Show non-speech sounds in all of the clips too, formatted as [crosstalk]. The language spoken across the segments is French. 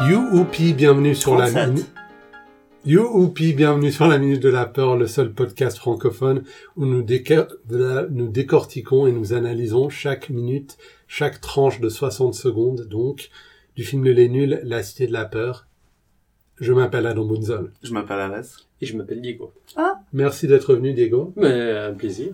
Youpi, bienvenue sur la 37. minute. Youpi, bienvenue sur la minute de la peur, le seul podcast francophone où nous, déca- de la- nous décortiquons et nous analysons chaque minute, chaque tranche de 60 secondes, donc, du film de Les Nuls, La Cité de la Peur. Je m'appelle Adam Bunzel. Je m'appelle Alès. Et je m'appelle Diego. Merci d'être venu, Diego. Mais euh, un plaisir.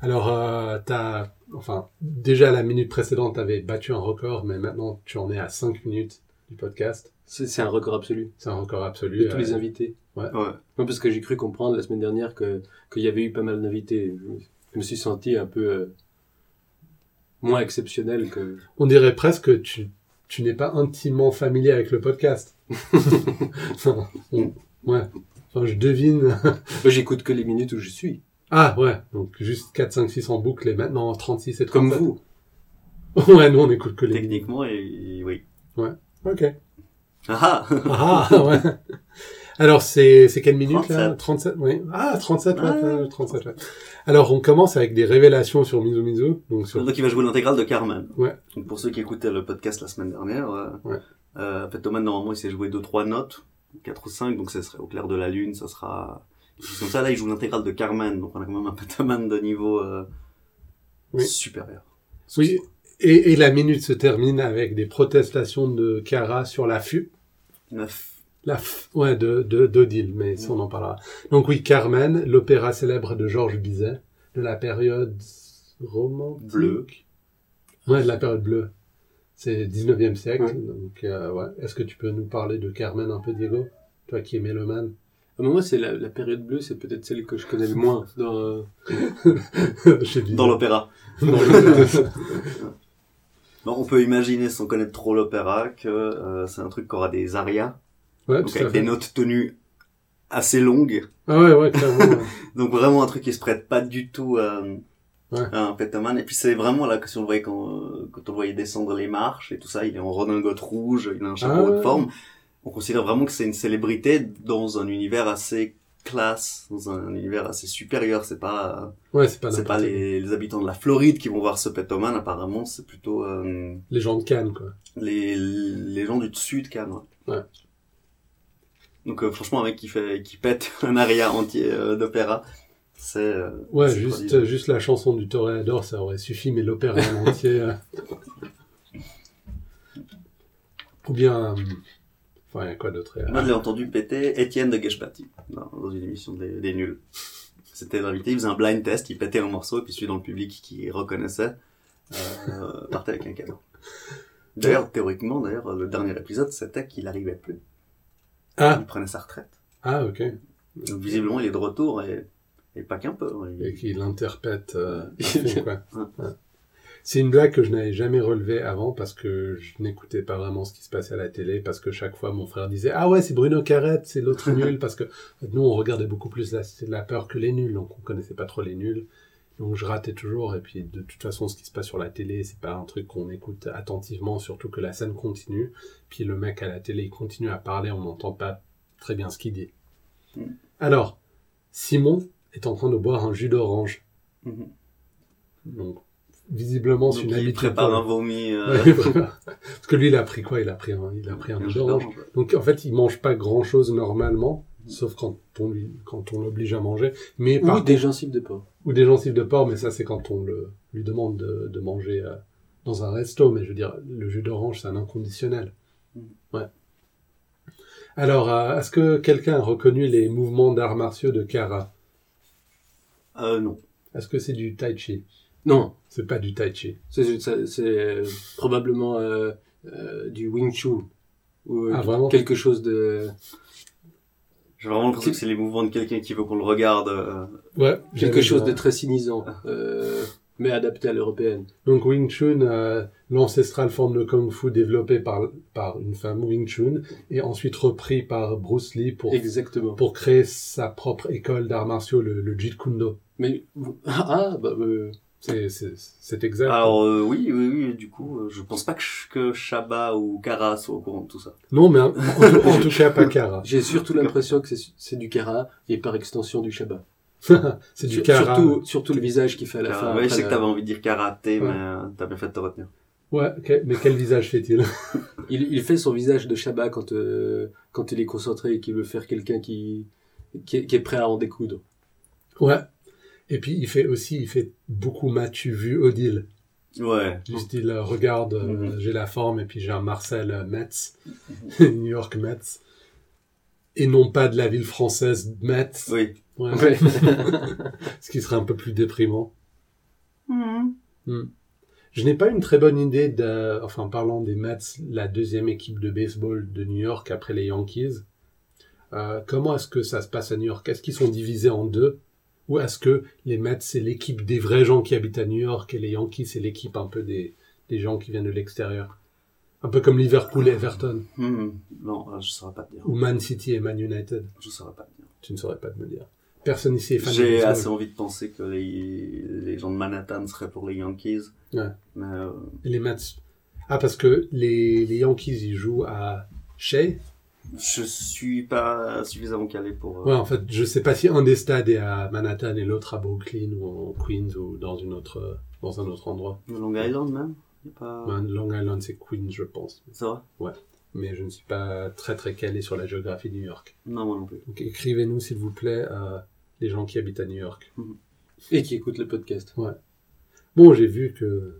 Alors, euh, t'as, enfin, déjà à la minute précédente, t'avais battu un record, mais maintenant, tu en es à 5 minutes du podcast. C'est c'est un record absolu C'est un record absolu. de tous les euh, invités. Ouais. Moi, parce que j'ai cru comprendre la semaine dernière que qu'il y avait eu pas mal d'invités. Je, me- je me suis senti un peu euh, moins exceptionnel que. On dirait presque que tu, tu n'es pas intimement familier avec le podcast. Enfin, on- ouais. Enfin, je devine. Moi, j'écoute que les minutes où je suis, Ah, ouais. Donc, juste 4, 5, 6 en boucle et maintenant 36 et 37. comme vous. Ouais, nous, on écoute que les. Techniquement, et, et oui. Ok. Ah ah Ah, ouais. Alors, c'est, c'est quelle minute, là? 37. 37, oui. Ah, 37, ouais, Ah. euh, 37, ouais. Alors, on commence avec des révélations sur Mizu Mizu. Donc, sur... Donc il va jouer l'intégrale de Carmen. Ouais. Donc pour ceux qui écoutaient le podcast la semaine dernière, euh, Ouais. euh, en fait Thomas normalement il s'est joué deux trois notes, quatre ou cinq, donc ce serait au clair de la lune, ça sera quelque chose comme ça. Là il joue l'intégrale de Carmen, donc on a quand même un pataman de niveau euh, Oui. supérieur. Oui. Et, et la minute se termine avec des protestations de Cara sur la FU. Neuf. La f- ouais, de, de, d'Odile, mais ça, on en parlera. Donc oui, Carmen, l'opéra célèbre de Georges Bizet, de la période romantique. Bleu. Ouais, de la période bleue. C'est 19e siècle, Ouais. donc euh, ouais. Est-ce que tu peux nous parler de Carmen un peu, Diego Toi qui es [laughs] mélomane. Ah, mais moi, c'est la, la période bleue, c'est peut-être celle que je connais le moins. Dans, euh, Chez Bizet. Dans l'opéra. Dans le- Donc on peut imaginer sans connaître trop l'opéra que euh, c'est un truc qui aura des arias, [laughs] ouais, donc tout à avec des fait. notes tenues assez longues. Ah ouais, ouais, clairement. ouais. Donc vraiment un truc qui se prête pas du tout euh, Ouais. à un pétaman. Et puis c'est vraiment là que si on le voyait quand, euh, quand on le voyait descendre les marches et tout ça, il est en redingote rouge, il a un chapeau Ah. haute forme. On considère vraiment que c'est une célébrité dans un univers assez classe, dans un univers assez supérieur. C'est pas, Ouais, c'est pas c'est pas n'importe les... les, les habitants de la Floride qui vont voir ce pétoman. Apparemment, c'est plutôt euh, les gens de Cannes, quoi. les, les gens du sud quand même. Ouais. Donc euh, franchement, un mec qui fait, qui pète [laughs] un aria entier euh, d'opéra, c'est euh, Ouais, C'est juste, quoi, euh, juste la chanson du Toréador, ça aurait suffi, mais l'opéra en entier. euh. Ou bien. euh, Enfin, il y a quoi d'autre euh, Moi, je l'ai entendu péter Étienne de Geshpati dans, dans une émission des, des nuls. C'était l'invité, il faisait un blind test, il pétait un morceau, et puis celui dans le public qui reconnaissait euh, partait avec un cadeau. D'ailleurs, théoriquement, d'ailleurs, le dernier épisode, c'était qu'il arrivait plus. Ah, Il prenait sa retraite. ah, ok. Donc, visiblement, il est de retour, et, et pas qu'un peu. hein. Il- Et qu'il interprète euh, à fond, quoi. Ouais. C'est une blague que je n'avais jamais relevée avant parce que je n'écoutais pas vraiment ce qui se passait à la télé parce que chaque fois mon frère disait Ah ouais, c'est Bruno Carrette, c'est l'autre nul parce que nous on regardait beaucoup plus la, Cité de la peur que les nuls donc on connaissait pas trop les nuls donc je ratais toujours et puis de toute façon ce qui se passe sur la télé c'est pas un truc qu'on écoute attentivement surtout que la scène continue puis le mec à la télé il continue à parler on n'entend pas très bien ce qu'il dit. Mm. Alors Simon est en train de boire un jus d'orange Mhm. donc visiblement c'est Donc, une il habitude prépare pour- un vomi. euh, Ouais, [laughs] voilà. Parce que lui, il a pris quoi Il a pris un, il a pris un jus d'orange. Donc en fait, il mange pas grand chose normalement, sauf quand on lui, quand on l'oblige à manger. Mais Ou par des gencives de porc. ou des gencives de porc, mais ça c'est quand on le, lui demande de, de manger euh, dans un resto. Mais je veux dire, le jus d'orange c'est un inconditionnel. Mm. Mhm. Ouais. Alors, euh, est-ce que quelqu'un a reconnu les mouvements d'arts martiaux de Kara Euh, non. Est-ce que c'est du tai chi Non, C'est pas du tai chi. c'est- c'est c'est, euh, probablement euh, euh, du Wing Chun. Ou euh, Ah, vraiment quelque chose de. J'ai vraiment l'impression que c'est les mouvements de quelqu'un qui veut qu'on le regarde. euh, Ouais. Quelque j'avais- hein. chose de très cynisant, euh, mais adapté à l'européenne. Donc Wing Chun, euh, l'ancestral forme de Kung Fu développée par, par une femme, Wing Chun, et ensuite repris par Bruce Lee pour, Exactement. pour créer sa propre école d'arts martiaux, le, le Jeet Kune Do. Mais [laughs] ah ah, bah euh, C'est- C'est c'est exact. Ah, Alors euh, oui, oui, oui, du coup, euh, je pense pas que, Sh- que Shaba ou Kara soient au courant de tout ça. Non, mais en, tout- en tout cas, pas [laughs] Kara. j'ai surtout l'impression que c'est- c'est du kara et par extension du shabbat. [laughs] C'est du Sur- Kara. Surtout, surtout le visage qui fait à la Kara- fin. ouais, Ah, je après sais que la- t'avais envie de dire karaté, Ouais. mais euh, t'as bien fait de te retenir. Ouais, que- mais quel visage fait-il [laughs] euh, Il, il fait son visage de Shabbat quand, euh, quand il est concentré et qu'il veut faire quelqu'un qui, qui, est, qui est prêt à en découdre. Ouais. Et puis il fait aussi, il fait beaucoup m'as-tu vu Odile. Ouais. Du style, euh, regarde, euh, Mm-hmm. Mhm. j'ai la forme et puis j'ai un Marcel euh, Metz, [laughs] New York Metz. Et non pas de la ville française Metz. Oui. Ouais. Ouais. Ce qui serait un peu plus déprimant. Hmm. Je n'ai pas une très bonne idée de, enfin, parlant des Mets, la deuxième équipe de baseball de New York après les Yankees. Euh, comment est-ce que ça se passe à New York Est-ce qu'ils sont divisés en deux Ou est-ce que les Mets, c'est l'équipe des vrais gens qui habitent à New York et les Yankees, c'est l'équipe un peu des, des gens qui viennent de l'extérieur Un peu comme Liverpool et Everton, Hmm. Non, euh, je saurais pas te dire. ou Man City et Man United. Je saurais pas te dire. Tu ne saurais pas te me dire. Personne ici est fan de J'ai baseball. assez envie de penser que les, les gens de Manhattan seraient pour les Yankees. Ouais. Mais, euh, Les Mets. Ah, parce que les, les Yankees, ils jouent à Shea je suis pas suffisamment calé pour. Ouais, euh, en fait, je sais pas si un des stades est à Manhattan et l'autre à Brooklyn ou en Queens ou dans une autre, euh, dans un autre endroit. Long Island même. Y a pas. Ben, Long Island, c'est Queens, je pense. Ça va Mais je ne suis pas très très calé sur la géographie de New York. Non, moi non plus. Donc écrivez-nous, s'il vous plaît, à les gens qui habitent à New York. [laughs] et qui écoute le podcast. Bon, j'ai vu que...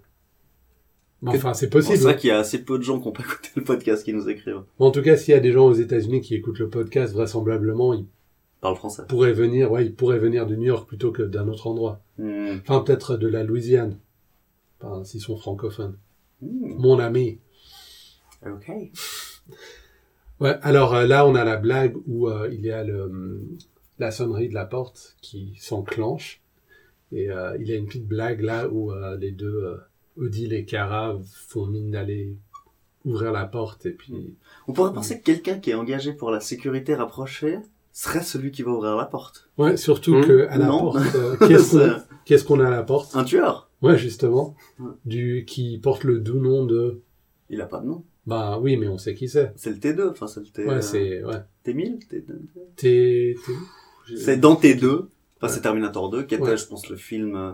Bon, enfin, c'est C'est possible. ça qu'il y a assez peu de gens qui n'ont pas [laughs] écouté le podcast qui nous écrivent. Mais en tout cas, s'il y a des gens aux États-Unis qui écoutent le podcast, vraisemblablement, ils Parle français. pourraient venir, ouais, ils pourraient venir de New York plutôt que d'un autre endroit. Hmm. Enfin, peut-être de la Louisiane. Enfin, s'ils sont francophones. Hmm. Mon ami. Ok. Ouais, alors euh, là, on a la blague où euh, il y a le, hum, la sonnerie de la porte qui s'enclenche. Et euh, il y a une petite blague là où euh, les deux, euh, Odile et Cara, font mine d'aller ouvrir la porte. Et puis, On pourrait penser que quelqu'un qui est engagé pour la sécurité rapprochée serait celui qui va ouvrir la porte. ouais, surtout Hmm, que à la Hum? non. porte, [laughs] euh, qu'est-ce C'est qu'on- qu'est-ce qu'on a à la porte un tueur. Ouais, justement, Ouais. du qui porte le doux nom de. Il a pas de nom. Bah oui, mais on sait qui c'est. C'est le T2. Enfin, c'est le T. Ouais, euh, c'est ouais. T1000. T2. T'es t'es- C'est dans T2. Enfin, c'est Ouais. Terminator 2 qui était, Ouais. je pense, le film euh,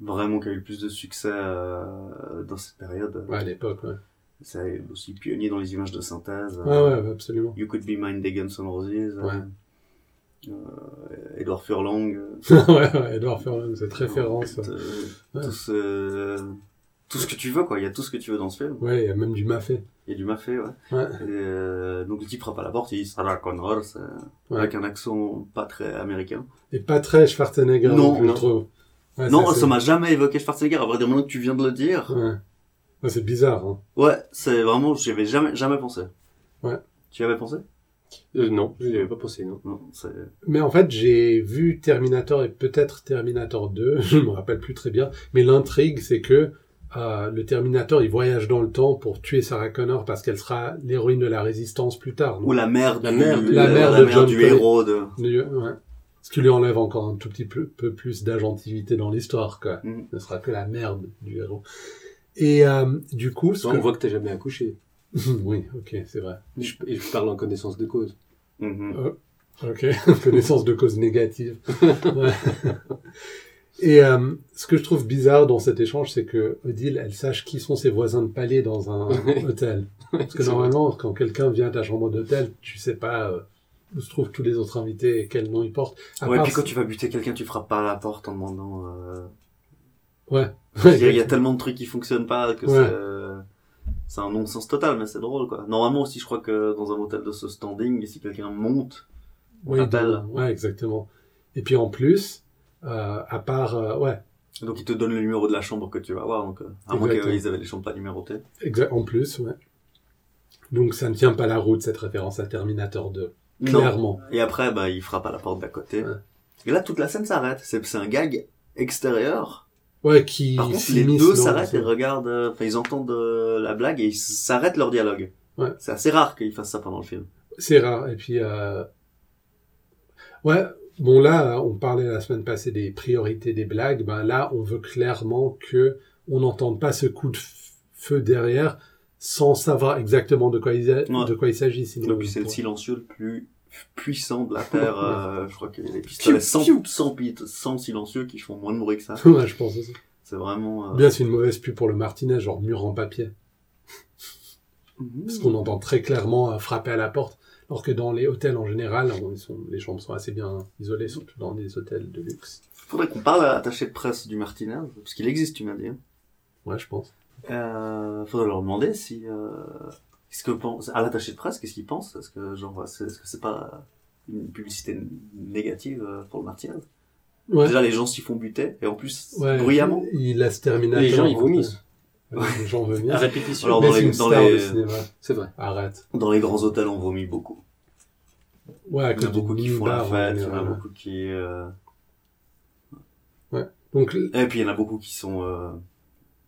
vraiment qui a eu le plus de succès euh, dans cette période. ouais, à l'époque. Ouais. C'est aussi pionnier dans les images de synthèse. euh, ouais, ouais, absolument. [laughs] You Could Be Mine des Guns N' Roses. euh, Ouais. euh, Edward Furlong. euh, ouais, ouais, Edward Furlong, cette référence. euh, Ouais. tout, ce, tout ce que tu veux, quoi. Il y a tout ce que tu veux dans ce film. Ouais, il y a même du mafé. Il y a du mafé, ouais. Ouais. Et, euh, donc le type frappe à la porte, il dit Sarah Connors, euh, Ouais. avec un accent pas très américain. Et pas très Schwarzenegger, Non, je non. trouve. Ouais, non, ça, ça c'est- m'a jamais évoqué Schwarzenegger, à vrai dire, maintenant que tu viens de le dire. Ouais. Ouais, c'est bizarre. Hein. Ouais, c'est vraiment, j'y avais jamais, jamais pensé. Ouais. Tu y avais pensé Euh, non, je n'y avais pas pensé, non. Non, c'est. Mais en fait, j'ai vu Terminator et peut-être Terminator 2, [laughs] je me rappelle plus très bien. Mais l'intrigue, c'est que euh, le Terminator, il voyage dans le temps pour tuer Sarah Connor parce qu'elle sera l'héroïne de la résistance plus tard. non Ou la mère La du, mère de- la, La mère la de mère John du Connor. héros de. Ouais. Ce qui lui enlève encore un tout petit peu, peu plus d'agentivité dans l'histoire. quoi. Mhm. Ce sera que la merde du héros. Et euh, du coup, ce Parce que- qu'on voit que t'as jamais accouché. [laughs] oui, ok, c'est vrai. Je, et je parle en connaissance de cause. Mhm. Ok, [laughs] connaissance de cause négative. Ouais. Et euh, ce que je trouve bizarre dans cet échange, c'est que Odile, elle sache qui sont ses voisins de palier dans [laughs] un Ouais. hôtel. Parce que C'est vrai. normalement, quand quelqu'un vient à ta chambre d'hôtel, tu sais pas euh, où se trouvent tous les autres invités et quel nom ils portent. À Ouais, part puis quand si- tu vas buter quelqu'un, tu frappes pas à la porte en demandant. euh, Ouais. [laughs] Je veux dire, Il y a tellement de trucs qui fonctionnent pas que Ouais. c'est, euh, c'est un non-sens total, mais c'est drôle quoi. Normalement aussi, je crois que dans un hôtel de ce standing, si quelqu'un monte, Oui, t'appelle. dans- ouais, exactement. Et puis en plus, euh, à part... euh, ouais, donc il te donne le numéro de la chambre que tu vas avoir. Donc, euh, à moins Exactement. qu'ils avaient les chambres pas numérotées. exa- en plus, ouais. Donc ça ne tient pas la route, cette référence à Terminator 2. Non. Clairement. Et après, bah, il frappe à la porte d'à côté. Ouais. Et là, toute la scène s'arrête. C'est, c'est un gag extérieur. Ouais, qui Par contre, les s'immisce deux dans- s'arrêtent et regardent. euh, Enfin, ils entendent euh, la blague et ils s'arrêtent leur dialogue. Ouais. C'est assez rare qu'ils fassent ça pendant le film. C'est rare. Et puis, euh, ouais, bon là, on parlait la semaine passée des priorités des blagues. Ben là, on veut clairement que on n'entende pas ce coup de f- feu derrière sans savoir exactement de quoi il, a- Ouais. de quoi il s'agit. Sinon, Donc, c'est le silencieux le plus puissant de [laughs] la Terre. euh, je crois qu'il y a des Piou, pistolets sans, piou. sans, pit- sans silencieux qui font moins de bruit que ça. [laughs] Ouais, je pense aussi. C'est vraiment. euh, Bien, c'est une mauvaise pub pour le martinet, genre mur en papier. Parce qu'on entend très clairement euh, frapper à la porte. Alors que dans les hôtels en général, on- ils sont- les chambres sont assez bien isolées, surtout dans des hôtels de luxe. Faudrait qu'on parle à l'attaché de presse du Martinez, parce qu'il existe, tu m'as dit. hein. Ouais, je pense. Euh, faudrait leur demander si. Euh, ce que pense à l'attaché de presse, qu'est-ce qu'il pense Est-ce que genre, c'est- est-ce que c'est pas une publicité n- négative euh, pour le Martinez Ouais. Déjà, les gens s'y font buter, et en plus Ouais, bruyamment. Il laisse Terminator. Les gens, ils hein. vomissent. Ouais, les gens À vomissent. répétition. Alors, Mais dans c'est les- une dans star les- de cinéma. C'est vrai. Arrête. Dans les grands hôtels, on vomit beaucoup. Ouais, à Il y en cause a du beaucoup qui font la minibar, en fête, il y en a général. beaucoup qui. euh, Donc, Et puis il y en a beaucoup qui sont euh,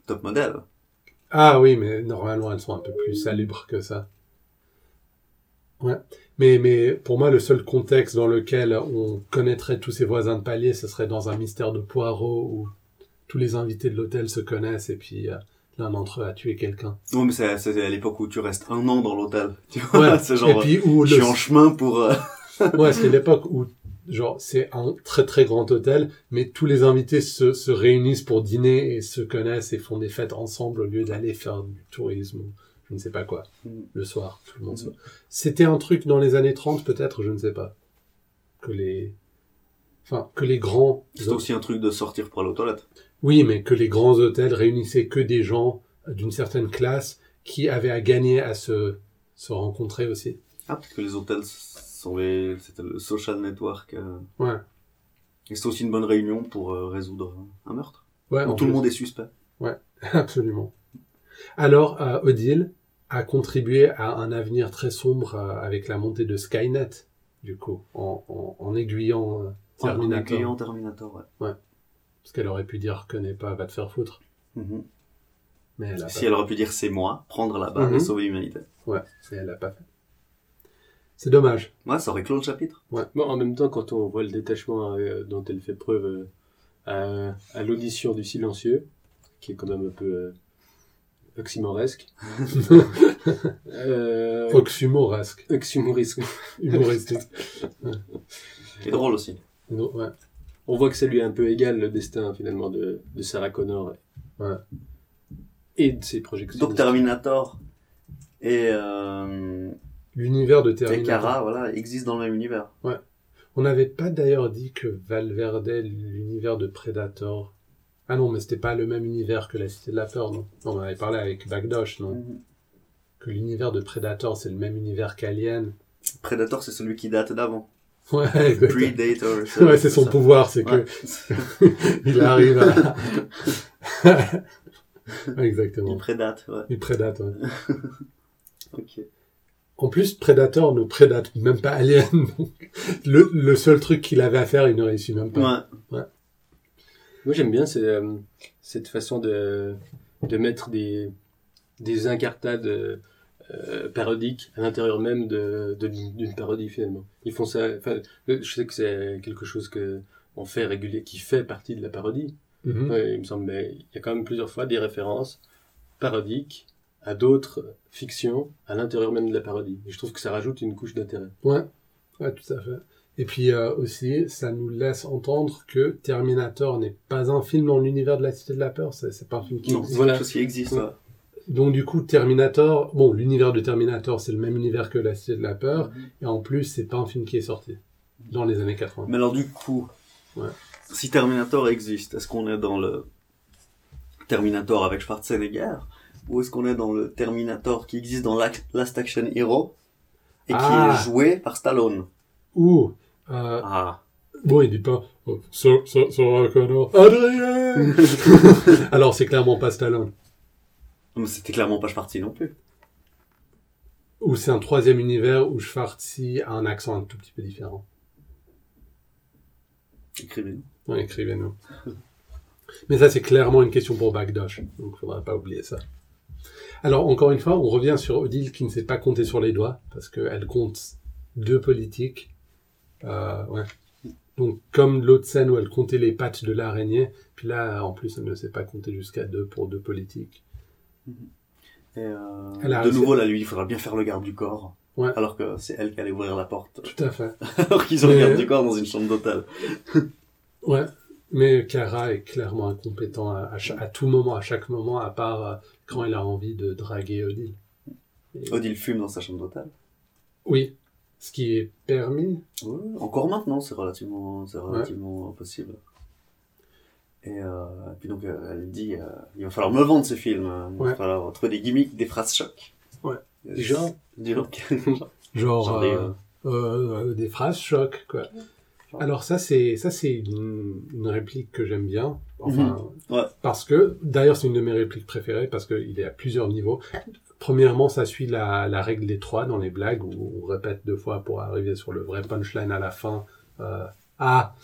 top modèles. Ah oui, mais normalement elles sont un peu plus salubres que ça. Ouais. Mais, mais pour moi, le seul contexte dans lequel on connaîtrait tous ses voisins de palier, ce serait dans un mystère de Poirot où tous les invités de l'hôtel se connaissent et puis euh, l'un d'entre eux a tué quelqu'un. Non, mais c'est c'est à l'époque où tu restes un an dans l'hôtel. [laughs] Tu vois, Ouais. c'est genre. euh, et puis où Je le... suis en chemin [laughs] pour. euh, ouais, c'est l'époque où genre c'est un très très grand hôtel, mais tous les invités se, se réunissent pour dîner et se connaissent et font des fêtes ensemble au lieu d'aller faire du tourisme ou je ne sais pas quoi Mm. le soir. Tout le monde. se- C'était un truc dans les années 30 peut-être, je ne sais pas. Que les enfin que les grands C'est aussi un truc de sortir pour aller aux toilettes. oui, mais que les grands hôtels réunissaient que des gens d'une certaine classe qui avaient à gagner à se se rencontrer aussi. Ah, parce que les hôtels sont les. C'était le social network. euh, Ouais. Et c'est aussi une bonne réunion pour euh, résoudre un meurtre. Ouais, où en tout le plus. monde est suspect. [laughs] Absolument. Alors, euh, Odile a contribué à un avenir très sombre euh, avec la montée de Skynet, du coup, en, en- en aiguillant euh, Terminator. Terminator. Terminator, ouais. Parce qu'elle aurait pu dire que n'est pas, va te faire foutre. Mhm. Mais elle a Si pas, elle aurait pu dire c'est moi, prendre la barre et Mhm. sauver l'humanité. ouais, mais elle l'a pas fait. C'est dommage. Ouais, ça aurait clos le chapitre. Bon, en même temps, quand on voit le détachement euh, dont elle fait preuve euh, à, à l'audition du silencieux, qui est quand même un peu euh, oxymoresque, euh, Oxymoresque, oxymorisque, humoristique. Et drôle aussi. Non, ouais. on voit que ça lui est un peu égal le destin finalement de, de Sarah Connor Ouais. et de ses projections. Donc Terminator et, euh, L'univers de et Terminator. Kara, voilà, existent dans le même univers. On n'avait pas d'ailleurs dit que Valverde, l'univers de Predator. Ah non, mais c'était pas le même univers que la Cité de la Peur, non On en avait parlé avec Bagdosh, non que l'univers de Predator, c'est le même univers qu'Alien. Predator, c'est celui qui date d'avant. [laughs] Ouais, exactement. [laughs] Predator. Ouais, c'est son euh, ça. pouvoir, c'est que Ouais. il arrive à... Ouais, [laughs] Il exactement. prédate, ouais. Il prédate, ouais. Ok. En plus, Predator ne prédate même pas Alien. [laughs] donc le, le seul truc qu'il avait à faire, il ne réussit même pas. Ouais. Moi j'aime bien c'est, euh, cette façon de, de mettre des, des incartades euh, euh, parodiques à l'intérieur même de, de- d'une parodie finalement. Ils font ça. enfin, le- Je sais que c'est quelque chose que on fait régulier, qui fait partie de la parodie. Mhm. Ouais, il me semble, mais il y a quand même plusieurs fois des références parodiques à d'autres fictions à l'intérieur même de la parodie. Et je trouve que ça rajoute une couche d'intérêt. Ouais, ouais, tout à fait. Et puis euh, aussi, ça nous laisse entendre que Terminator n'est pas un film dans l'univers de la Cité de la Peur. C'est c'est pas un film qui Non, existe. c'est Voilà. quelque chose qui existe. Ouais. ouais. Donc du coup, Terminator, bon, l'univers de Terminator, c'est le même univers que la Cité de la Peur, et en plus, c'est pas un film qui est sorti dans les années 80. Mais alors du coup, Ouais. si Terminator existe, est-ce qu'on est dans le Terminator avec Schwarzenegger ou est-ce qu'on est dans le Terminator qui existe dans l'ac- Last Action Hero et Ah. qui est joué par Stallone Ou, euh, Ah, bon, il dit pas, oh, sur, sur, sur un connard, Adrien Alors, c'est clairement pas Stallone. mais c'était clairement pas Schwarzy non plus. Ou c'est un troisième univers où Schwarzy a un accent un tout petit peu différent. Écrivez-nous. Ouais, écrivez-nous. Mais ça, c'est clairement une question pour Bagdosh, donc faudra pas oublier ça. Alors, encore une fois, on revient sur Odile qui ne sait pas compter sur les doigts, parce qu'elle compte deux politiques. Euh, ouais. Donc, comme l'autre scène où elle comptait les pattes de l'araignée, puis là, en plus, elle ne sait pas compter jusqu'à deux pour deux politiques. Et, euh, Elle a de réussi. nouveau là, lui, il faudra bien faire le garde du corps. Ouais. Alors que c'est elle qui allait [laughs] ouvrir la porte. Tout à fait. alors qu'ils ont Mais- le garde du corps dans une chambre d'hôtel. Ouais. Mais Kara est clairement incompétent à, à cha- à tout moment, à chaque moment, à part euh, quand il a envie de draguer Odile. Et- Odile fume dans sa chambre d'hôtel. Oui, ce qui est permis. Ouais, encore maintenant, c'est relativement, c'est relativement possible. Et, euh, et puis donc, euh, elle dit, euh, il va falloir me vendre ce film. hein. Il Ouais. va falloir trouver des gimmicks, des phrases chocs. Ouais. Euh, Du genre Du genre. Genre, Genre des, euh, euh, euh, des phrases choc, quoi. Alors ça, c'est ça c'est une, une réplique que j'aime bien. Enfin, Ouais. parce que d'ailleurs c'est une de mes répliques préférées parce qu'il est à plusieurs niveaux. Premièrement, ça suit la, la règle des trois dans les blagues où on répète deux fois pour arriver sur le vrai punchline à la fin. Euh, ah.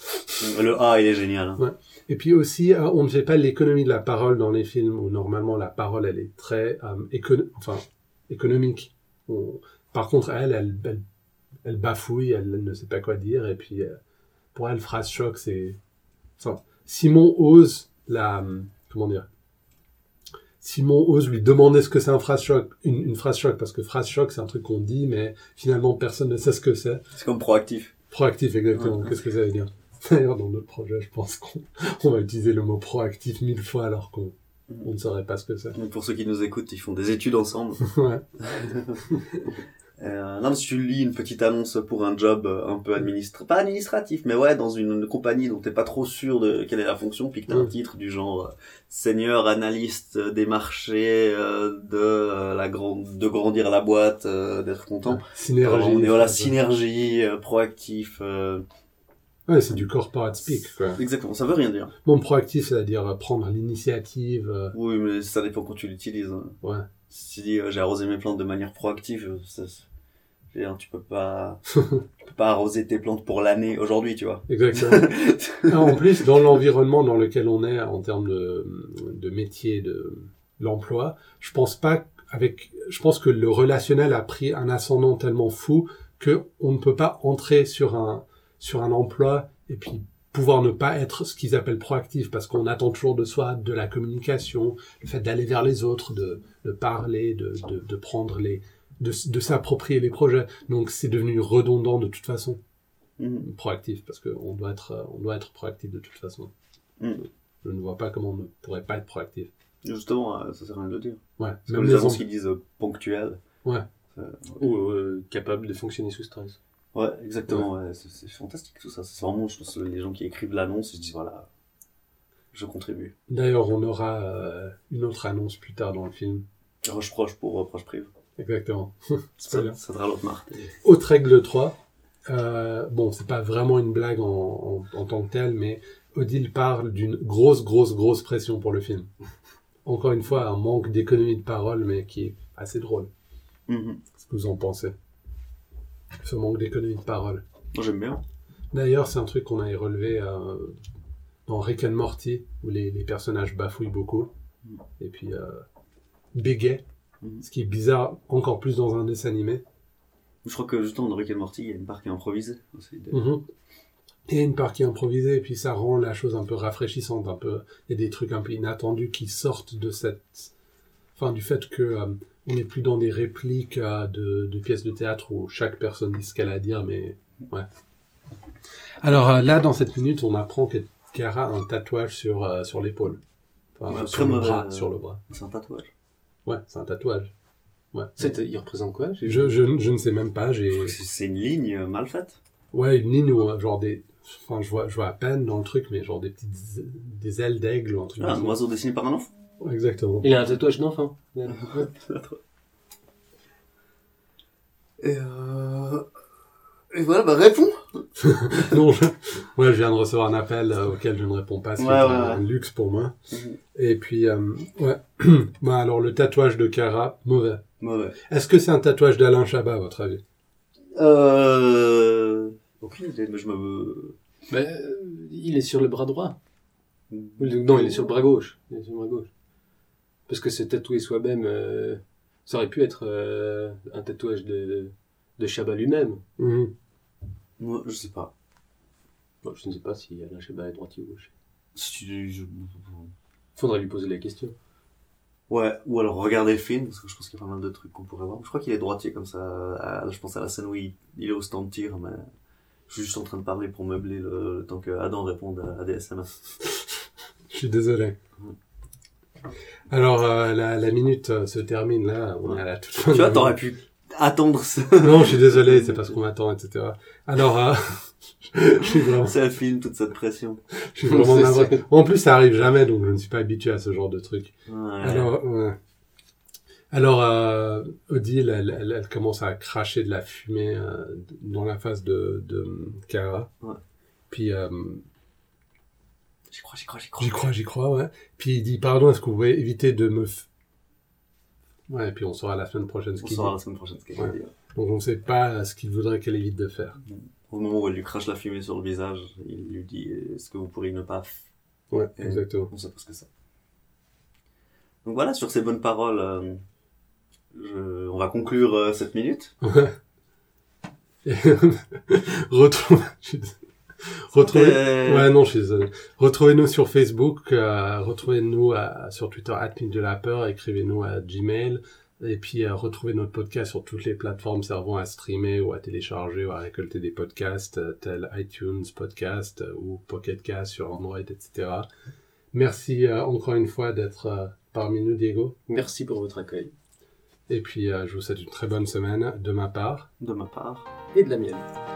euh, Le A, il est génial. hein. Et puis aussi, euh, on ne fait pas l'économie de la parole dans les films où normalement la parole elle est très euh, écono- enfin économique. On- Par contre, elle, elle, elle, elle bafouille, elle ne sait pas quoi dire, et puis euh, pour elle, phrase choc, c'est. Enfin, Simon ose la. Comment dire Simon ose lui demander ce que c'est un phrase choc, une, une phrase choc, parce que phrase choc, c'est un truc qu'on dit, mais finalement personne ne sait ce que c'est. C'est comme proactif. Proactif, exactement. Ouais. Qu'est-ce que ça veut dire [laughs] D'ailleurs, dans notre projet, je pense qu'on on va utiliser le mot proactif mille fois alors qu'on on ne saurait pas ce que c'est. Donc, pour ceux qui nous écoutent, ils font des études ensemble. [laughs] Ouais. [laughs] Euh, non, mais si tu lis une petite annonce pour un job euh, un peu administratif, pas administratif, mais ouais, dans une, une compagnie dont t'es pas trop sûr de quelle est la fonction, puis que t'as un Mm. titre du genre euh, senior analyste euh, des marchés, euh, de euh, la grande, de grandir la boîte, euh, d'être content. Ah, Synergie. on est voilà, Ouais. synergie, euh, proactif. euh, Ouais, c'est du corporate speak, quoi. Exactement, ça veut rien dire. Mon proactif, c'est-à-dire euh, prendre l'initiative. euh, Oui, mais ça dépend quand tu l'utilises. hein. Ouais. Si tu dis euh, j'ai arrosé mes plantes de manière proactive, euh, ça, ça- je veux dire, tu peux [laughs] pas, tu peux pas arroser tes plantes pour l'année aujourd'hui, tu vois. Exactement. [laughs] Ah, en plus, dans l'environnement dans lequel on est, en termes de, de métier, de l'emploi, je pense pas avec, je pense que le relationnel a pris un ascendant tellement fou que on ne peut pas entrer sur un, sur un emploi et puis pouvoir ne pas être ce qu'ils appellent proactif parce qu'on attend toujours de soi de la communication, le fait d'aller vers les autres, de, de parler, de, de, de prendre les, de, s- de s'approprier les projets. Donc c'est devenu redondant de toute façon [laughs] Mhm. proactif parce qu'on doit être euh, on doit être proactif de toute façon. Mm. Je ne vois pas comment on ne pourrait pas être proactif. Justement, euh, ça sert à rien de le dire. Ouais. C'est Comme les annonces qui disent euh, ponctuel. Ou euh, capable de fonctionner sous stress. Ouais, exactement. ouais, c'est- c'est fantastique tout ça. C'est vraiment, je pense, euh, les gens qui écrivent l'annonce, ils se disent voilà, je contribue. D'ailleurs, on aura euh, une autre annonce plus tard dans le film. Roche proche pour reproche prive. Exactement. Spoiler. Ça, ça sera l'autre marque. Autre règle 3. Euh, bon, c'est pas vraiment une blague en, en- en tant que telle, mais Odile parle d'une grosse, grosse, grosse pression pour le film. Encore une fois, un manque d'économie de parole, mais qui est assez drôle. Mhm. Qu'est-ce que vous en pensez Ce manque d'économie de parole. Moi, J'aime bien. D'ailleurs, c'est un truc qu'on avait relevé euh, dans Rick and Morty, où les, les personnages bafouillent beaucoup, et puis euh, bégaient, Mhm. ce qui est bizarre encore plus dans un dessin animé. Je crois que justement dans Rick and Morty, il y a une part qui est improvisée. aussi. Mhm. Et une part qui est improvisée, et puis ça rend la chose un peu rafraîchissante, un peu. Il y a des trucs un peu inattendus qui sortent de cette. Enfin, du fait que euh, on n'est plus dans des répliques euh, de, de pièces de théâtre où chaque personne dit ce qu'elle a à dire, mais. Ouais. Alors euh, là, dans cette minute, on apprend que Kara a un tatouage sur, euh, sur l'épaule. Enfin, Ouais, sur, très le mauvais, bras, euh, sur le bras. C'est un tatouage. Ouais, c'est un tatouage. Ouais. C'est- Il représente quoi j'ai- Je, je, je ne sais même pas, j'ai. C'est- C'est une ligne euh, mal faite. Ouais, une ligne où, euh, genre des. Enfin, je vois, je vois à peine dans le truc, mais genre des petites. des ailes d'aigle ou un truc. Ah, un comme ça. oiseau dessiné par un enfant. Ouais, Exactement. Il a un tatouage d'enfant. Ouais. Et, euh... et voilà, bah réponds [laughs] non, je... ouais, je viens de recevoir un appel euh, auquel je ne réponds pas, c'est Ouais, ouais, un ouais. luxe pour moi. Mhm. Et puis, euh, ouais. [clears throat] bah, alors, le tatouage de Cara, mauvais. Mauvais. Est-ce que c'est un tatouage d'Alain Chabat, à votre avis Euh... Aucune idée, mais je me... Mais, euh, il est sur le bras droit. Non, il est sur le bras gauche. Il est sur le bras gauche. Parce que se tatouer soi-même, euh, ça aurait pu être euh, un tatouage de, de Chabat lui-même. Mhm. Moi, je sais pas. Bon, je ne sais pas si Alain Chabat est droitier ou gauche. Si tu- je- Faudrait lui poser la question. Ouais, ou alors regarder le film, parce que je pense qu'il y a pas mal de trucs qu'on pourrait voir. Je crois qu'il est droitier comme ça. à- je pense à la scène où il, il est au stand de tir, mais Je suis juste en train de parler pour meubler le, le temps que Adam réponde à, à des [laughs] SMS. Je suis désolé. Mhm. Alors, euh, la, la minute euh, se termine là. On est à la toute fin. tu de la vois, t'aurais minute. pu attendre ce... Non, je suis désolé, c'est parce qu'on m'attend, etc. Alors, euh, [laughs] je suis [laughs] vraiment, C'est un film, toute cette pression. je suis vraiment C'est navré. sûr. En plus, ça arrive jamais, donc je ne suis pas habitué à ce genre de truc. Ouais. Alors, ouais. Alors euh, Odile, elle, elle- elle commence à cracher de la fumée euh, dans la face de, de Kara. Ouais. Puis, euh, J'y crois, j'y crois, j'y crois. j'y crois, j'y crois, ouais. Puis il dit, pardon, est-ce que vous pouvez éviter de me... f- Ouais, et puis on saura la semaine prochaine ce On qu'il dit. saura la semaine prochaine ce qu'elle Ouais. dit. hein. ouais. Donc on ne sait pas ce qu'il voudrait qu'elle évite de faire. Au moment où elle lui crache la fumée sur le visage, il lui dit Est-ce que vous pourriez ne pas f- Ouais, Et- exactement. [laughs] On sait pas ce que c'est. Donc voilà, sur ces bonnes paroles, euh, je- on va conclure euh, cette minute. Ouais. Et- Retrouve... [laughs] je suis désolé. Retrouvez... Euh, Ouais, non, je suis désolé. Retrouvez-nous sur Facebook, euh, retrouvez-nous à- sur Twitter, @mindelapeur, écrivez-nous à Gmail, et puis euh, retrouvez notre podcast sur toutes les plateformes servant à streamer ou à télécharger ou à récolter des podcasts, euh, tels iTunes Podcast euh, ou Pocket Cast sur Android, etc. Merci euh, encore une fois d'être euh, parmi nous, Diego. Merci pour votre accueil Et puis, euh, je vous souhaite une très bonne semaine de ma part. De ma part. et de la mienne.